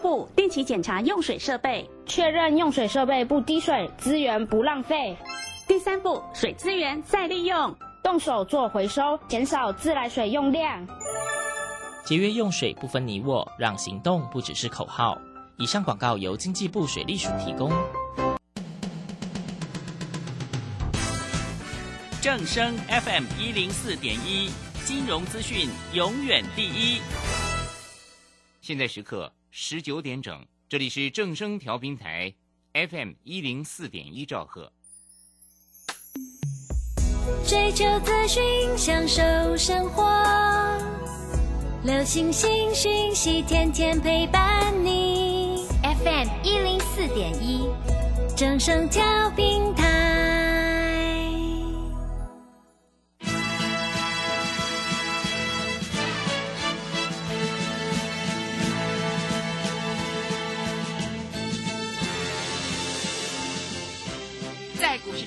部定期检查用水设备。确认用水设备不滴水，资源不浪费。第三步，水资源再利用。动手做回收，减少自来水用量。节约用水不分你我，让行动不只是口号。以上广告由经济部水利署提供。正声 FM 一零四点一，金融资讯永远第一。现在时刻十九点整，这里是正声调频台 FM 一零四点一兆赫。追求资讯，享受生活，流星星讯息，天天陪伴你。FM 一零四点一，正声调频台。在股市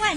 万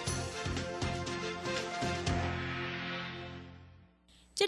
这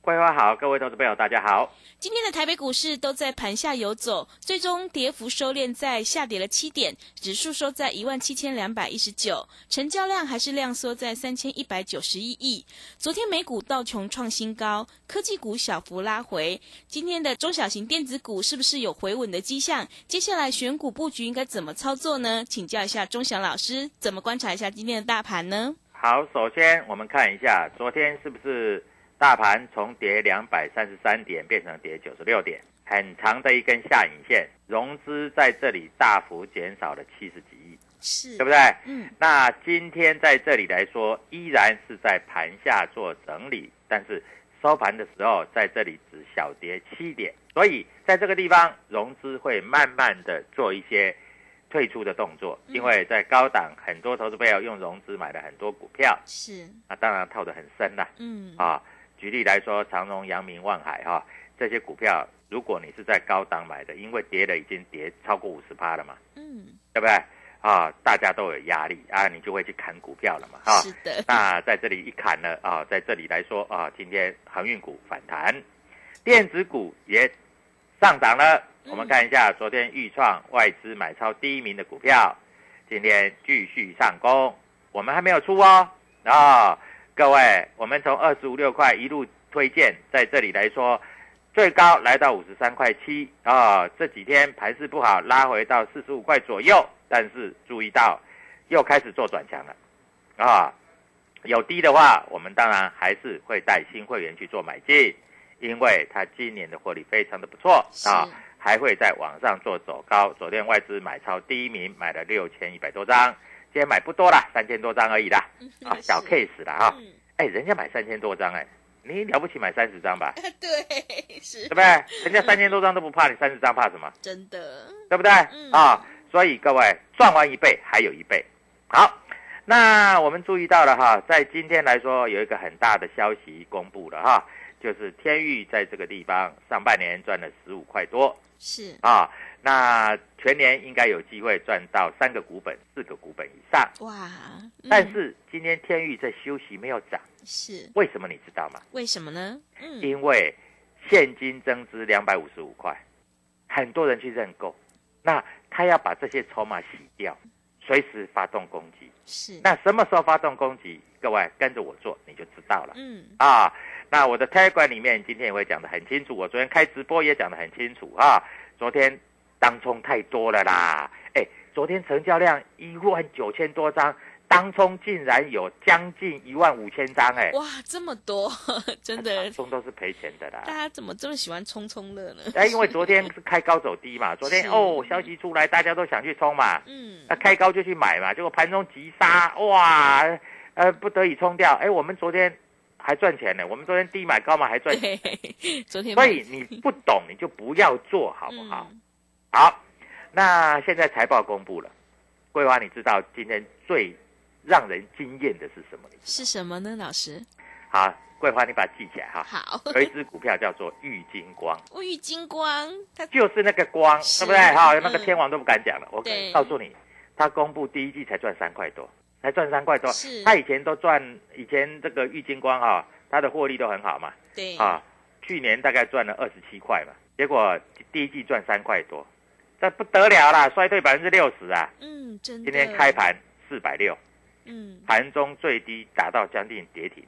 桂花好，各位投资朋友大家好。今天的台北股市都在盘下游走，最终跌幅收敛在下跌了七点，指数收在一万七千两百一十九，成交量还是量缩在三千一百九十一亿。昨天美股道琼创新高，科技股小幅拉回。今天的中小型电子股是不是有回稳的迹象？接下来选股布局应该怎么操作呢？请教一下钟祥老师，怎么观察一下今天的大盘呢？好，首先我们看一下昨天是不是大盘重跌两百三十三点，变成跌九十六点，很长的一根下影线，融资在这里大幅减少了七十几亿，是对不对？嗯，那今天在这里来说，依然是在盘下做整理，但是收盘的时候在这里只小跌七点，所以在这个地方融资会慢慢的做一些退出的动作，嗯因为在高档很多投资朋友用融资买了很多股票，是，那当然套得很深啦、嗯，啊。举例来说，长荣、阳明、万海哈、这些股票，如果你是在高档买的，因为跌了已经跌超过五十趴了嘛，嗯，对不对？啊，大家都有压力啊，你就会去砍股票了嘛，哈、是的，那在这里一砍呢，啊，在这里来说啊，今天航运股反弹，电子股也上涨了。嗯我们看一下，昨天豫创外资买超第一名的股票，今天继续上攻，我们还没有出哦。啊，各位，我们从二十五六块一路推荐，在这里来说，最高来到五十三块七啊。这几天盘势不好，拉回到四十五块左右，但是注意到又开始做转强了啊。有低的话，我们当然还是会带新会员去做买进，因为它今年的获利非常的不错是啊，还会在往上做走高。昨天外资买超第一名，买了六千一百多张，今天买不多啦，三千多张而已啦，啊，小 case 啦啊，嗯，哎、人家买三千多张哎、你了不起买三十张吧，对，是对不对？人家三千多张都不怕，你三十张怕什么？真的，对不对？嗯啊，所以各位赚完一倍还有一倍。好，那我们注意到了哈，在今天来说有一个很大的消息公布了哈，就是天域在这个地方上半年赚了十五块多是，啊，那全年应该有机会赚到三个股本、四个股本以上。哇，嗯但是今天天域在休息没有涨，是嗯为什么你知道吗？为什么呢？嗯，因为现金增资两百五十五块，很多人去认购，那他要把这些筹码洗掉，随时发动攻击。是，那什么时候发动攻击？各位跟着我做，你就知道了。嗯，啊，那我的 Telegram 里面今天也会讲得很清楚，我昨天开直播也讲得很清楚啊。昨天当冲太多了啦，哎，昨天成交量一万九千多张，当冲竟然有将近一万五千张、哎，哇，这么多， 真的当，冲都是赔钱的啦大。家怎么这么喜欢冲冲乐呢？哎，因为昨天是开高走低嘛，昨天是哦消息出来，大家都想去冲嘛，嗯 那开高就去买嘛，结果盘中急杀，哇，呃，不得已冲掉。哎，我们昨天还赚钱呢，我们昨天低买高买还赚钱。对，昨天所买以你不懂，你就不要做，好不好？嗯好，那现在财报公布了，桂花，你知道今天最让人惊艳的是什么？是什么呢？老师，好，桂花，你把它记起来哈。好，有一只股票叫做玉金光，物欲金光，他就是那个光，是对不对？哈，嗯那个天王都不敢讲了。我可对以告诉你，它公布第一季才赚三块多，才赚三块多是。它以前都赚，以前这个玉金光啊，它的获利都很好嘛。对，啊，去年大概赚了二十七块嘛，结果第一季赚三块多，这不得了啦，衰退百分之六十啊！嗯，真的，今天开，盘四百六，嗯，盘中最低达到将近跌停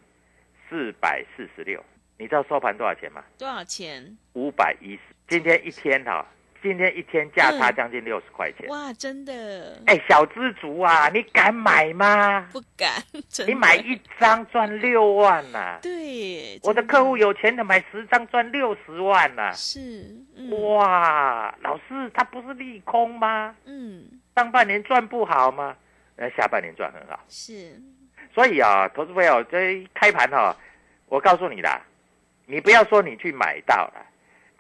四百四十六，你知道收盘多少钱吗？多少钱？五百一十。今天一天哈、今天一天价差嗯将近六十块钱。哇，真的哎、小资族啊，你敢买吗？不敢，真的，你买一张赚六万呐、对，我的真客户有钱的买十张赚六十万呐、是，嗯，哇，老师，他不是利空吗？嗯，上半年赚不好吗？呃，下半年赚很好。是，所以啊，投资朋友这一开盘哈、我告诉你啦，你不要说你去买到了，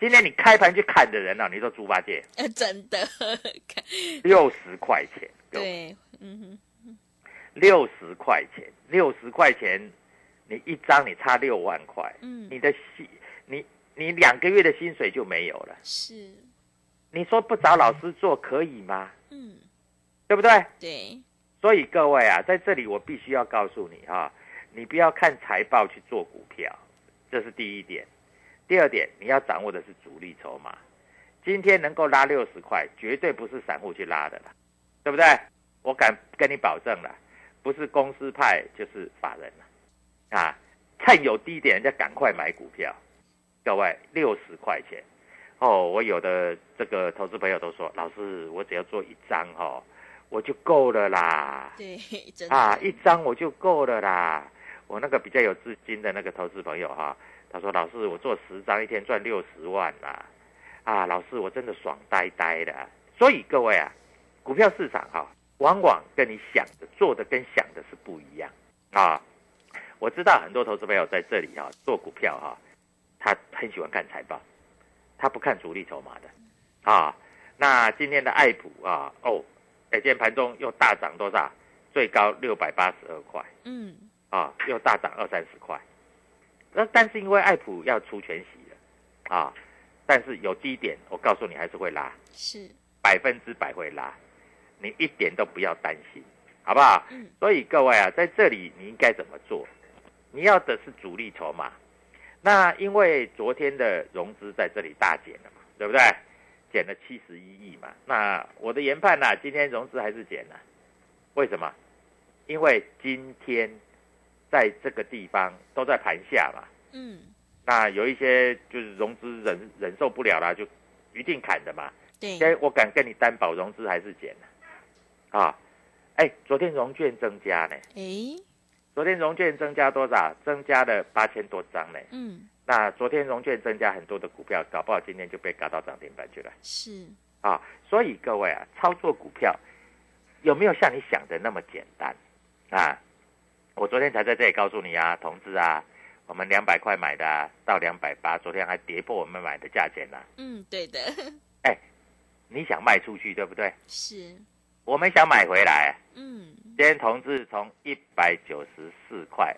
今天你开盘去砍的人啊，你说猪八戒呃，真的， 看六十块钱，各位，对，嗯哼，六十块钱，六十块钱，你一张你差六万块，嗯你的薪，你你两个月的薪水就没有了，是，你说不找老师做可以吗？嗯，对不对？对，所以各位啊，在这里我必须要告诉你啊，你不要看财报去做股票，这是第一点。第二点，你要掌握的是主力筹码。今天能够拉六十块，绝对不是散户去拉的啦，对不对？我敢跟你保证了，不是公司派就是法人了。啊，趁有低点，人家赶快买股票。各位，六十块钱哦，我有的这个投资朋友都说，老师，我只要做一张哦，我就够了啦。对，真的，啊，一张我就够了啦。我那个比较有资金的那个投资朋友哈、他说老师，我做十张一天赚六十万啦，啊，老师我真的爽呆呆的。所以各位啊，股票市场哈、往往跟你想的、做的跟想的是不一样啊。我知道很多投资朋友在这里啊做股票哈、他很喜欢看财报，他不看主力筹码的啊。那今天的爱普啊，哦，哎，今天盘中又大涨多少？最高六百八十二块嗯，啊，又大涨二三十块。那但是因为爱普要出全息了啊，但是有低点，我告诉你还是会拉，是，百分之百会拉，你一点都不要担心，好不好？嗯所以各位啊，在这里你应该怎么做？你要的是主力筹码。那因为昨天的融资在这里大减了嘛，对不对？减了七十一亿嘛。那我的研判呐、啊今天融资还是减了、为什么？因为今天在这个地方都在盘下嘛，嗯，那有一些就是融资忍忍受不了啦，就一定砍的嘛。对，哎，我敢跟你担保，融资还是减的啊！哎，昨天融券增加呢，哎，昨天融券增加多少？增加了八千多张呢。嗯，那昨天融券增加很多的股票，搞不好今天就被嘎到涨停板去了是，啊！所以各位啊，操作股票有没有像你想的那么简单啊？我昨天才在这里告诉你啊，同志啊，我们两百块买的、啊、到两百八，昨天还跌破我们买的价钱呢、嗯，对的，你想卖出去对不对？是，我们想买回来啊、嗯，今天同志从一百九十四块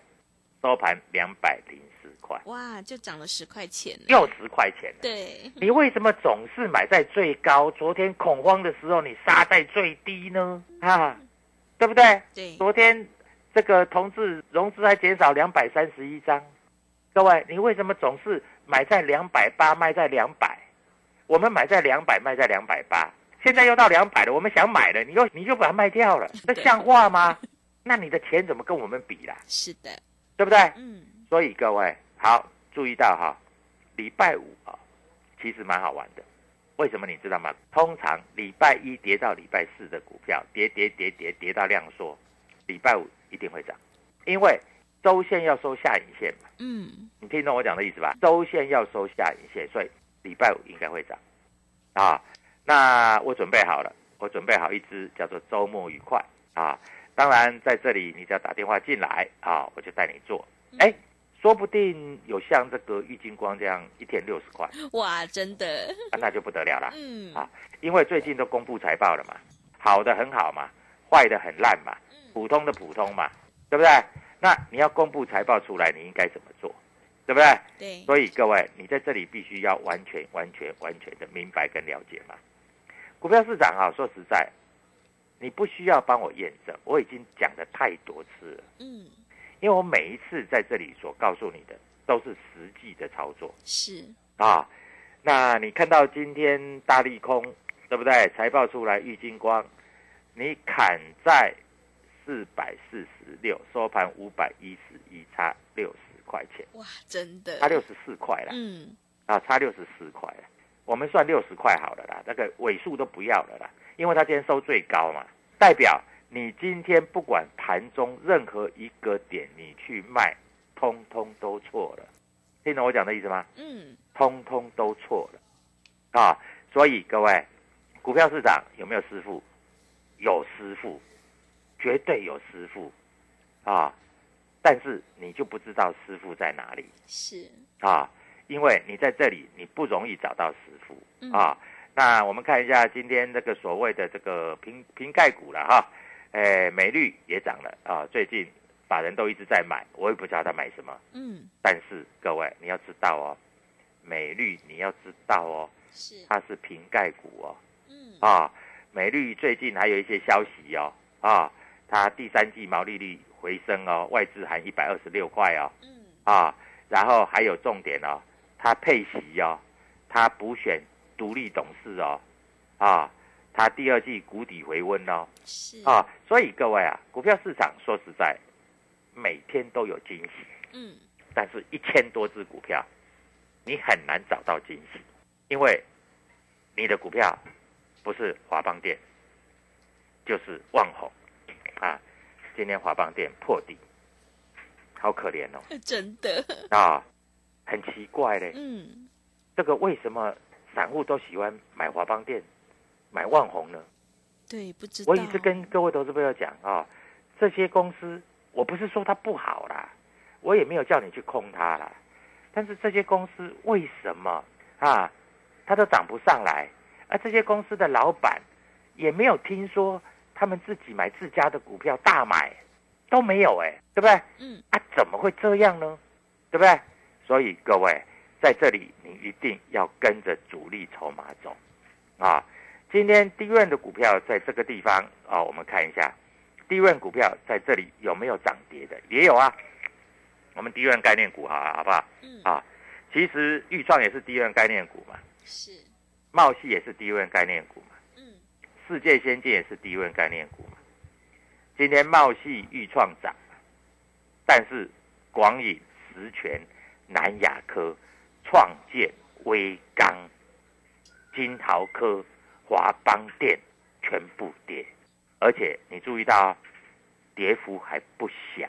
收盘两百零四块，哇，就涨了十块钱呢，又十块钱了。对，你为什么总是买在最高？昨天恐慌的时候你杀在最低呢？啊，对不对？对，昨天这个同志融资还减少两百三十一张，各位，你为什么总是买在两百八，卖在两百？我们买在两百，卖在两百八，现在又到两百了，我们想买了，你又你就把它卖掉了，这像话吗？那你的钱怎么跟我们比啦？是的，对不对？嗯，所以各位好，注意到哈，礼拜五啊，其实蛮好玩的。为什么你知道吗？通常礼拜一跌到礼拜四的股票，跌跌跌跌跌到量缩，礼拜五一定会涨，因为周线要收下影线嘛。嗯，你听懂我讲的意思吧？周线要收下影线，所以礼拜五应该会涨啊。那我准备好了，我准备好一支叫做“周末愉快”啊。当然，在这里你只要打电话进来啊，我就带你做。哎，说不定有像这个郁金光这样一天六十块、哇，真的，啊，那就不得了啦。嗯，啊因为最近都公布财报了嘛，好的很好嘛，坏的很烂嘛，普通的普通嘛，对不对？那你要公布财报出来，你应该怎么做，对不对？对，所以各位，你在这里必须要完全、完全、完全的明白跟了解嘛。股票市场啊，说实在，你不需要帮我验证，我已经讲的太多次了，嗯，因为我每一次在这里所告诉你的都是实际的操作是，啊。那你看到今天大利空，对不对？财报出来，郁金光，你砍在四百四十六，收盘五百一十一，差六十块钱，哇，真的，差六十四块啦。嗯，啊，差六十四块了，我们算六十块好了啦，那个尾数都不要了啦，因为它今天收最高嘛，代表你今天不管盘中任何一个点你去卖，通通都错了，听懂我讲的意思吗？嗯，通通都错了，啊，所以各位，股票市场有没有师傅？有师傅，绝对有师傅，啊，但是你就不知道师傅在哪里。是，啊，因为你在这里你不容易找到师嗯傅啊。那我们看一下今天这个所谓的这个瓶瓶盖股了哈，哎，美绿也涨了啊，最近法人都一直在买，我也不知道他买什么，嗯，但是各位你要知道哦，美绿你要知道哦，是，它是瓶盖股哦，嗯，啊，美绿最近还有一些消息哦，啊，它第三季毛利率回升哦，外资含一百二十六块哦，嗯，啊，然后还有重点哦，他配息哦，他补选独立董事哦，啊，他第二季谷底回温哦，是，啊，所以各位啊，股票市场说实在，每天都有惊喜，嗯，但是一千多只股票，你很难找到惊喜，因为你的股票不是华邦电，就是旺宏啊，今天华邦电破底，好可怜哦。 真的，啊，很奇怪嘞，嗯，这个为什么散户都喜欢买华邦店、买万红呢？对，不知道，我一直跟各位投资朋友讲啊，这些公司我不是说它不好啦，我也没有叫你去空它啦，但是这些公司为什么啊，它都涨不上来？而这些公司的老板也没有听说他们自己买自家的股票大买，都没有哎、对不对？嗯，啊，怎么会这样呢？对不对？所以各位在这里，你一定要跟着主力筹码走啊！今天低润的股票在这个地方啊，我们看一下，低润股票在这里有没有涨跌的？也有啊，我们低润概念股好了，好不好？嗯，啊，其实豫创也是低润概念股嘛，是，茂系也是低润概念股嘛，嗯，世界先进也是低润概念股嘛。今天茂系、豫创涨，但是广影、石泉、南亚科、创建、微刚、金豪科、华邦电全部跌，而且你注意到、哦，跌幅还不小。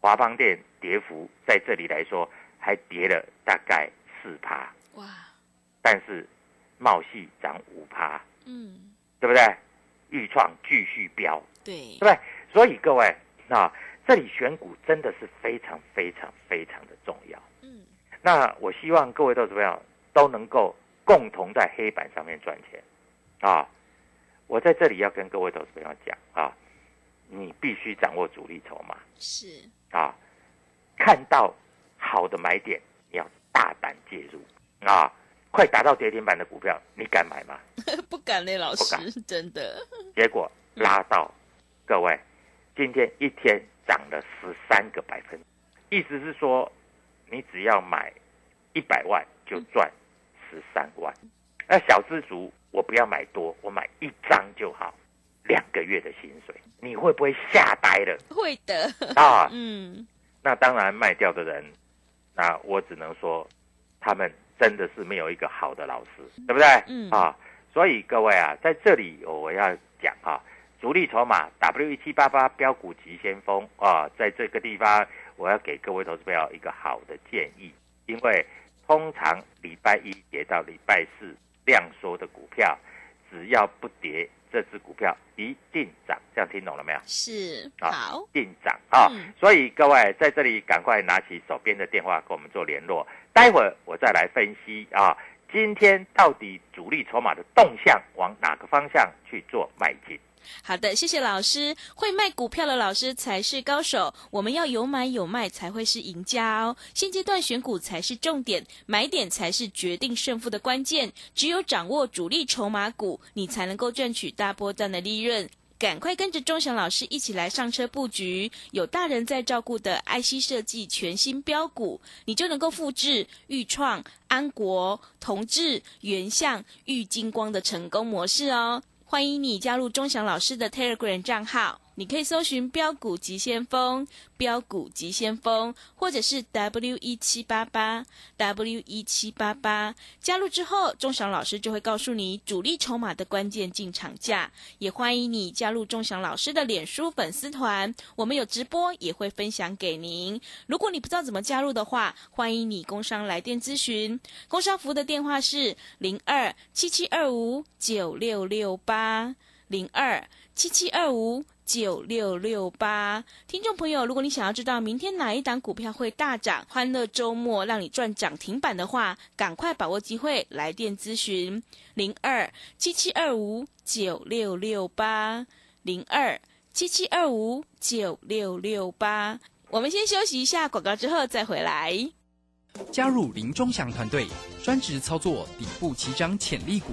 华邦电跌幅在这里来说还跌了大概四趴，哇，但是茂系涨五趴，嗯，对不对？豫创继续飙，对对，不对？所以各位，那这里选股真的是非常非常非常的重要。嗯，那我希望各位投资朋友都能够共同在黑板上面赚钱啊！我在这里要跟各位投资朋友讲啊，你必须掌握主力筹码是，啊，看到好的买点，你要大胆介入啊！快达到跌停板的股票，你敢买吗？不敢嘞，老不师，敢啊真的，结果拉到，各位，今天一天涨了十三个百分，意思是说，你只要买一百万就赚十三万，那小资族我不要买多，我买一张就好，两个月的薪水，你会不会吓呆了？会的。啊 嗯，那当然卖掉的人，那我只能说，他们真的是没有一个好的老师，对不对？嗯啊，所以各位啊，在这里我我要讲啊，主力筹码 W 一七八八标股急先锋啊，在这个地方我要给各位投资朋友一个好的建议，因为通常礼拜一跌到礼拜四量缩的股票，只要不跌，这只股票一定涨，这样听懂了没有？是啊好，进涨啊、嗯所以各位在这里赶快拿起手边的电话跟我们做联络，待会儿我再来分析啊，今天到底主力筹码的动向往哪个方向去做迈进？好的，谢谢老师。会卖股票的老师才是高手，我们要有买有卖才会是赢家哦。现阶段选股才是重点，买点才是决定胜负的关键。只有掌握主力筹码股，你才能够赚取大波段的利润。赶快跟着钟祥老师一起来上车布局，有大人在照顾的爱惜设计全新标股，你就能够复制豫创、安国、同志、原相、裕金光的成功模式哦。欢迎你加入钟祥老师的 Telegram 账号，你可以搜寻“标股急先锋”、“标股急先锋”或者是 W 一七八八 W 一七八八。加入之后，钟祥老师就会告诉你主力筹码的关键进场价。也欢迎你加入钟祥老师的脸书粉丝团，我们有直播，也会分享给您。如果你不知道怎么加入的话，欢迎你工商来电咨询。工商服务的电话是零二七七二五九六六八零二七七二五。九六六八，听众朋友，如果你想要知道明天哪一档股票会大涨，欢乐周末让你赚涨停板的话，赶快把握机会来电咨询零二七七二五九六六八零二七七二五九六六八。我们先休息一下广告，之后再回来。加入林中祥团队，专职操作底部起涨潜力股，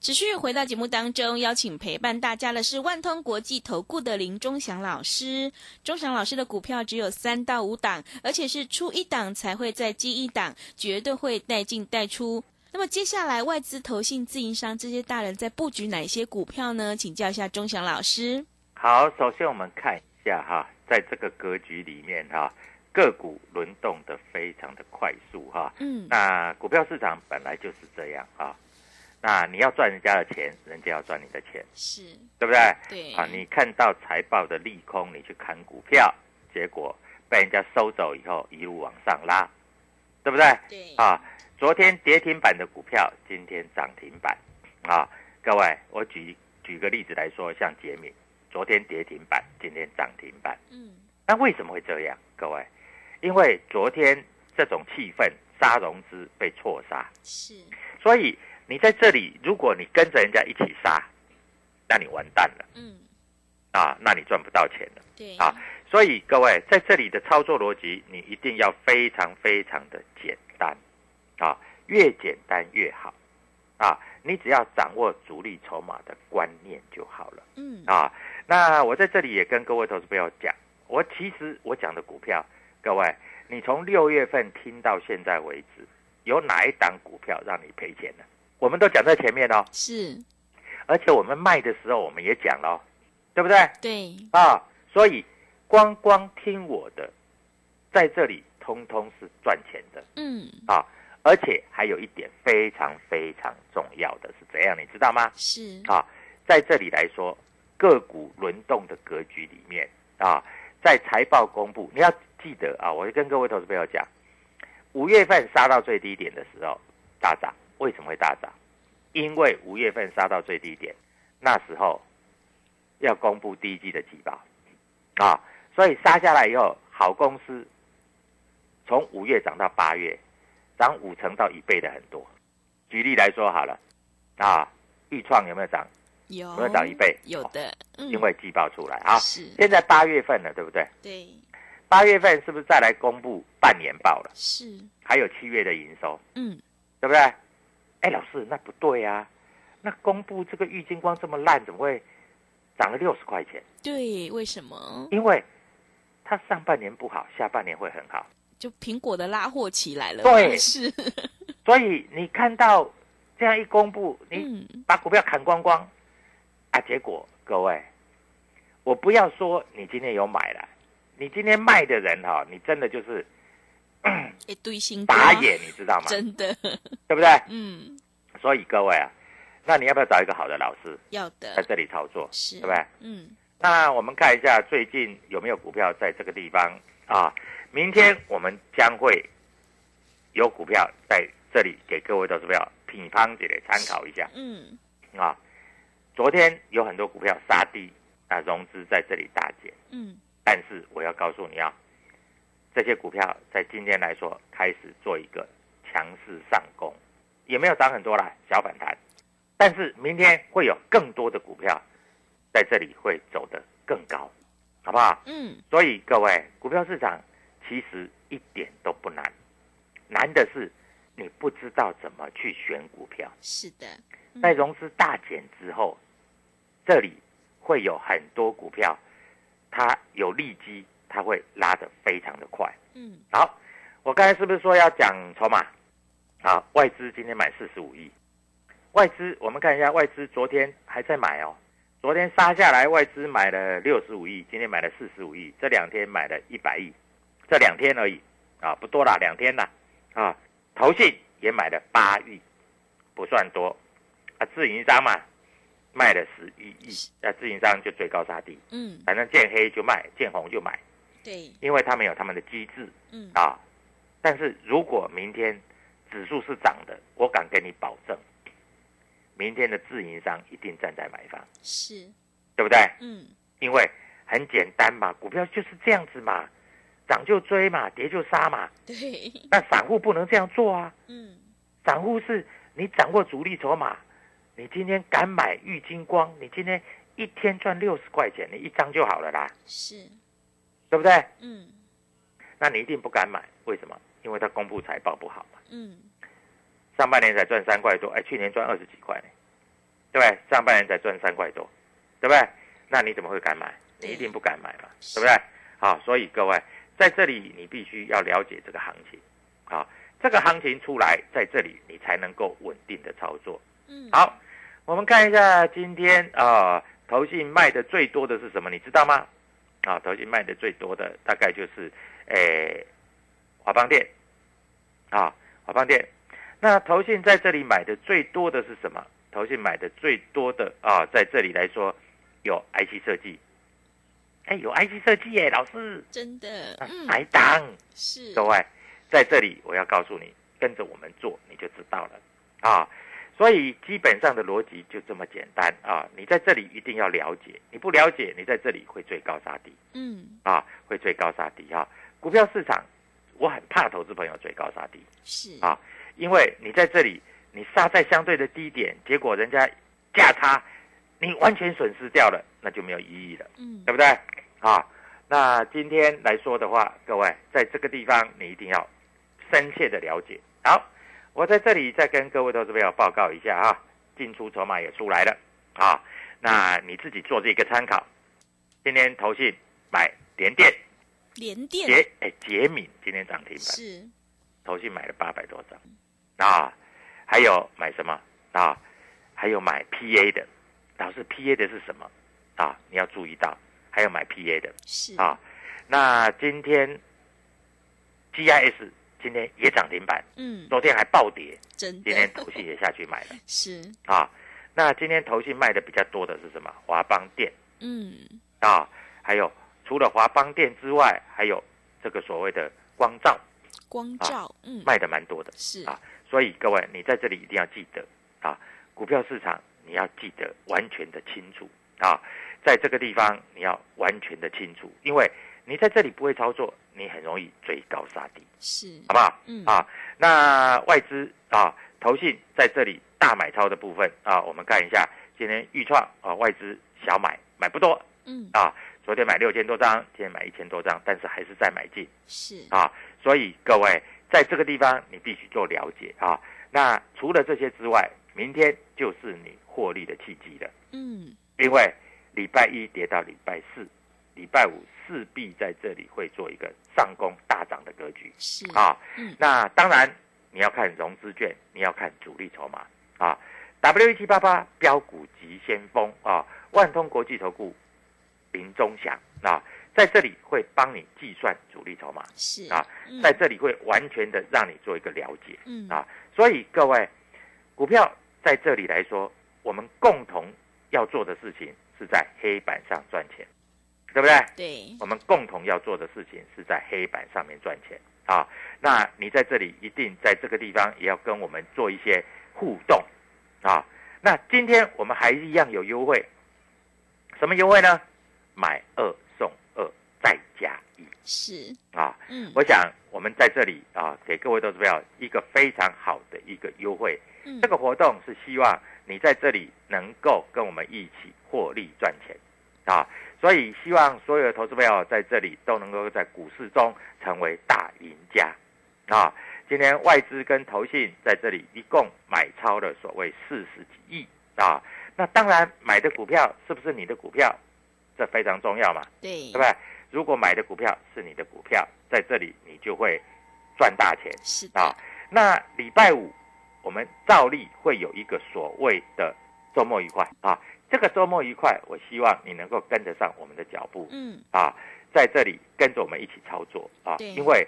持续回到节目当中，邀请陪伴大家的是万通国际投顾的林忠祥老师。忠祥老师的股票只有三到五档，而且是出一档才会再进一档，绝对会带进带出。那么接下来外资、投信、自营商这些大人在布局哪些股票呢？请教一下忠祥老师。好，首先我们看一下哈，在这个格局里面哈，个股轮动的非常的快速哈，嗯，那股票市场本来就是这样啊，那你要赚人家的钱，人家要赚你的钱，是对不对？对啊，你看到财报的利空，你去砍股票，结果被人家收走以后一路往上拉，对不对？对啊，昨天跌停板的股票，今天涨停板啊！各位，我举举个例子来说，像杰敏，昨天跌停板，今天涨停板，嗯，那为什么会这样？各位，因为昨天这种气氛，杀融资被错杀，是所以你在这里，如果你跟着人家一起杀，那你完蛋了嗯，啊！那你赚不到钱了。对啊所以各位在这里的操作逻辑，你一定要非常非常的简单，啊，越简单越好，啊，你只要掌握主力筹码的观念就好了嗯，啊。那我在这里也跟各位投资朋友讲，我其实我讲的股票，各位，你从六月份听到现在为止，有哪一档股票让你赔钱呢？我们都讲在前面哦，是而且我们卖的时候我们也讲了哦，对不对？对，啊，所以光光听我的，在这里通通是赚钱的嗯，啊！而且还有一点非常非常重要的是怎样，你知道吗？是啊，在这里来说，个股轮动的格局里面啊，在财报公布，你要记得啊，我跟各位投资朋友讲，五月份杀到最低点的时候大涨，为什么会大涨？因为五月份杀到最低点，那时候要公布第一季的季报啊，所以杀下来以后，好公司从五月涨到八月，涨五成到一倍的很多。举例来说好了，啊，豫创有没有涨？有有没有涨一倍？有的，嗯因为季报出来啊。是现在八月份了，对不对？对，八月份是不是再来公布半年报了？是，还有七月的营收，嗯，对不对？哎，老师，那不对啊！那公布这个郁金光这么烂，怎么会涨了六十块钱？对，为什么？因为它上半年不好，下半年会很好。就苹果的拉货起来了，对 是，所以你看到这样一公布，嗯你把股票砍光光啊，结果各位，我不要说你今天有买了，你今天卖的人哈、你真的就是一堆新歌，打野，你知道吗？啊真的，对不对？嗯，所以各位啊，那你要不要找一个好的老师要在的，这里操作，呃是，哎对不对？嗯，那我们看一下最近有没有股票在这个地方啊？明天我们将会有股票在这里给各位投资票品乓姐来参考一下嗯，啊。昨天有很多股票杀低啊，融资在这里大减，嗯，但是我要告诉你啊，这些股票在今天来说开始做一个强势上攻，也没有涨很多啦，小反弹。但是明天会有更多的股票在这里会走得更高，好不好？嗯，所以各位，股票市场其实一点都不难，难的是你不知道怎么去选股票。是的，嗯在融资大减之后，这里会有很多股票，它有利基，它会拉得非常的快。嗯，好，我刚才是不是说要讲筹码？好，外资今天买四十五亿，外资我们看一下，外资昨天还在买哦，昨天杀下来，外资买了六十五亿，今天买了四十五亿，这两天买了一百亿，这两天而已啊，不多啦，两天啦啊，投信也买了八亿，不算多啊，自营商嘛卖了十一亿，那、自营商就追高杀低，嗯，反正见黑就卖，见红就买，对，因为他们有他们的机制。嗯，啊。但是如果明天指数是涨的，我敢跟你保证，明天的自营商一定站在买方，是，对不对？嗯， 因为很简单嘛，股票就是这样子嘛，涨就追嘛，跌就杀嘛。对，那散户不能这样做啊，嗯，散户是你掌握主力筹码，你今天敢买玉金光，你今天一天赚六十块钱，你一张就好了啦，是，对不对？嗯，那你一定不敢买，为什么？因为它公布财报不好嘛。嗯，上半年才赚三块多，哎，去年赚二十几块呢，对不对？上半年才赚三块多，对不对？那你怎么会敢买？你一定不敢买嘛，对不对？好，所以各位在这里你必须要了解这个行情，啊，这个行情出来在这里你才能够稳定的操作。嗯，好，我们看一下今天啊、投信卖的最多的是什么？你知道吗？啊，投信卖的最多的大概就是，诶，华邦店，啊，华邦店。那投信在这里买的最多的是什么？投信买的最多的啊，在这里来说有 IC 设计，哎，有 IC 设计耶，老师，真的，啊嗯，来当。是，各位，在这里我要告诉你，跟着我们做你就知道了啊。所以基本上的逻辑就这么简单啊！你在这里一定要了解，你不了解，你在这里会追高杀低嗯，啊，会追高杀低啊。股票市场，我很怕投资朋友追高杀低，是，啊因为你在这里你杀在相对的低点，结果人家价差，你完全损失掉了，那就没有意义了。嗯对，不对？啊，那今天来说的话，各位在这个地方你一定要深切的了解。好，我在这里再跟各位投资朋友报告一下啊，进出筹码也出来了啊，那你自己做这个参考。今天投信买联电，联电杰哎杰敏今天涨停板，是，投信买了八百多张啊，还有买什么啊？还有买 PA 的，老师 PA 的是什么啊？你要注意到，还有买 PA 的。是，啊，那今天 GIS 今天也涨停板，嗯，昨天还暴跌，真今天的，投信也下去买了 是，啊。那今天投信卖的比较多的是什么？华邦电嗯，啊，还有除了华邦电之外，还有这个所谓的光照光啊照，嗯，卖的蛮多的。是，啊所以各位，你在这里一定要记得啊，股票市场你要记得完全的清楚啊，在这个地方你要完全的清楚，因为你在这里不会操作，你很容易追高杀低，是，好不好？嗯，啊，那外资啊，投信在这里大买超的部分啊，我们看一下，今今天预创啊、外资小买买不多嗯，啊，昨天买六千多张，今天买一千多张，但是还是在买进是，啊。所以各位在这个地方你必须做了解啊。那除了这些之外，明天就是你获利的契机了。嗯，因为礼拜一跌到礼拜四，礼拜五势必在这里会做一个上攻大涨的格局是，啊。嗯，那当然你要看融资券，你要看主力筹码啊。W 一七八八标股急先锋啊，万通国际投顾林中祥啊，在这里会帮你计算主力筹码，是啊，嗯在这里会完全的让你做一个了解。嗯啊所以各位，股票在这里来说，我们共同要做的事情是在黑板上赚钱，对不对？对，我们共同要做的事情是在黑板上面赚钱啊。那你在这里一定在这个地方也要跟我们做一些互动啊。那今天我们还一样有优惠，什么优惠呢？买二送二，再加一是，啊！嗯，我想我们在这里啊，给各位投资朋友一个非常好的一个优惠。嗯这个活动是希望你在这里能够跟我们一起获利赚钱啊，所以希望所有的投资朋友在这里都能够在股市中成为大赢家啊。今天外资跟投信在这里一共买超了所谓四十几亿啊，那当然买的股票是不是你的股票，这非常重要嘛。对，对不对？如果买的股票是你的股票，在这里你就会赚大钱是的，啊。那礼拜五我们照例会有一个所谓的周末愉快啊。这个周末愉快，我希望你能够跟得上我们的脚步嗯，啊，在这里跟着我们一起操作啊，对因为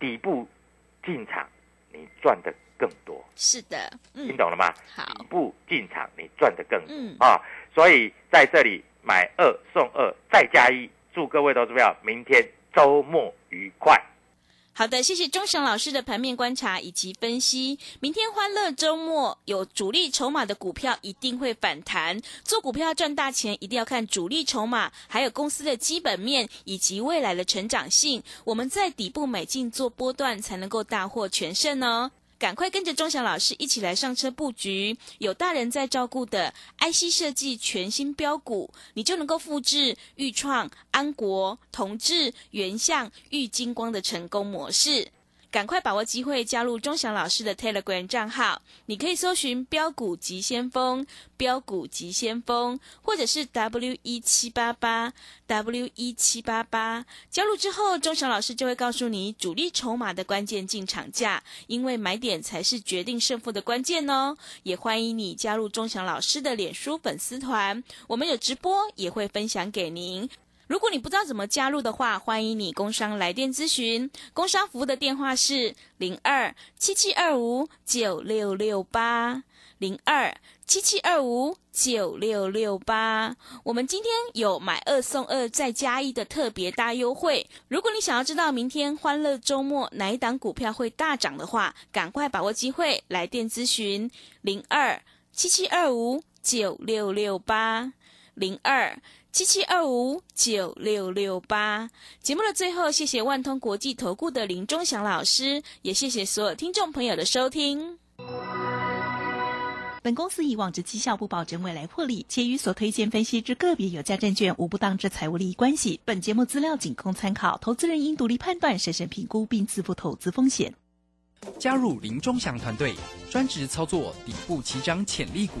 底部进场你赚的更多，是的，嗯听，懂了吗？好底，部进场你赚的更多。嗯，啊，所以在这里买二送二再加一，祝各位投资朋友明天周末愉快。好的，谢谢钟祥老师的盘面观察以及分析。明天欢乐周末有主力筹码的股票一定会反弹，做股票赚大钱一定要看主力筹码，还有公司的基本面以及未来的成长性。我们在底部买进做波段，才能够大获全胜哦。赶快跟着钟祥老师一起来上车布局，有大人在照顾的 IC 设计全新标股，你就能够复制豫创、安国、同志、原相、裕金光的成功模式。赶快把握机会，加入钟祥老师的 Telegram 账号，你可以搜寻“标股急先锋”、“标股急先锋”，或者是 W 一七八八 W 一七八八。加入之后，钟祥老师就会告诉你主力筹码的关键进场价，因为买点才是决定胜负的关键哦。也欢迎你加入钟祥老师的脸书粉丝团，我们有直播，也会分享给您。如果你不知道怎么加入的话，欢迎你工商来电咨询。工商服务的电话是零二七七二五九六六八零二七七二五九六六八。我们今天有买二送二再加一的特别大优惠。如果你想要知道明天欢乐周末哪一档股票会大涨的话，赶快把握机会来电咨询零二七七二五九六六八零二。七七二五九六六八。节目的最后，谢谢万通国际投顾的林忠祥老师，也谢谢所有听众朋友的收听。本公司以往之绩效不保证未来获利，且与所推荐分析之个别有价证券无不当之财务利益关系。本节目资料仅供参考，投资人应独立判断、审慎评估并自负投资风险。加入林中祥团队，专职操作底部起涨潜力股，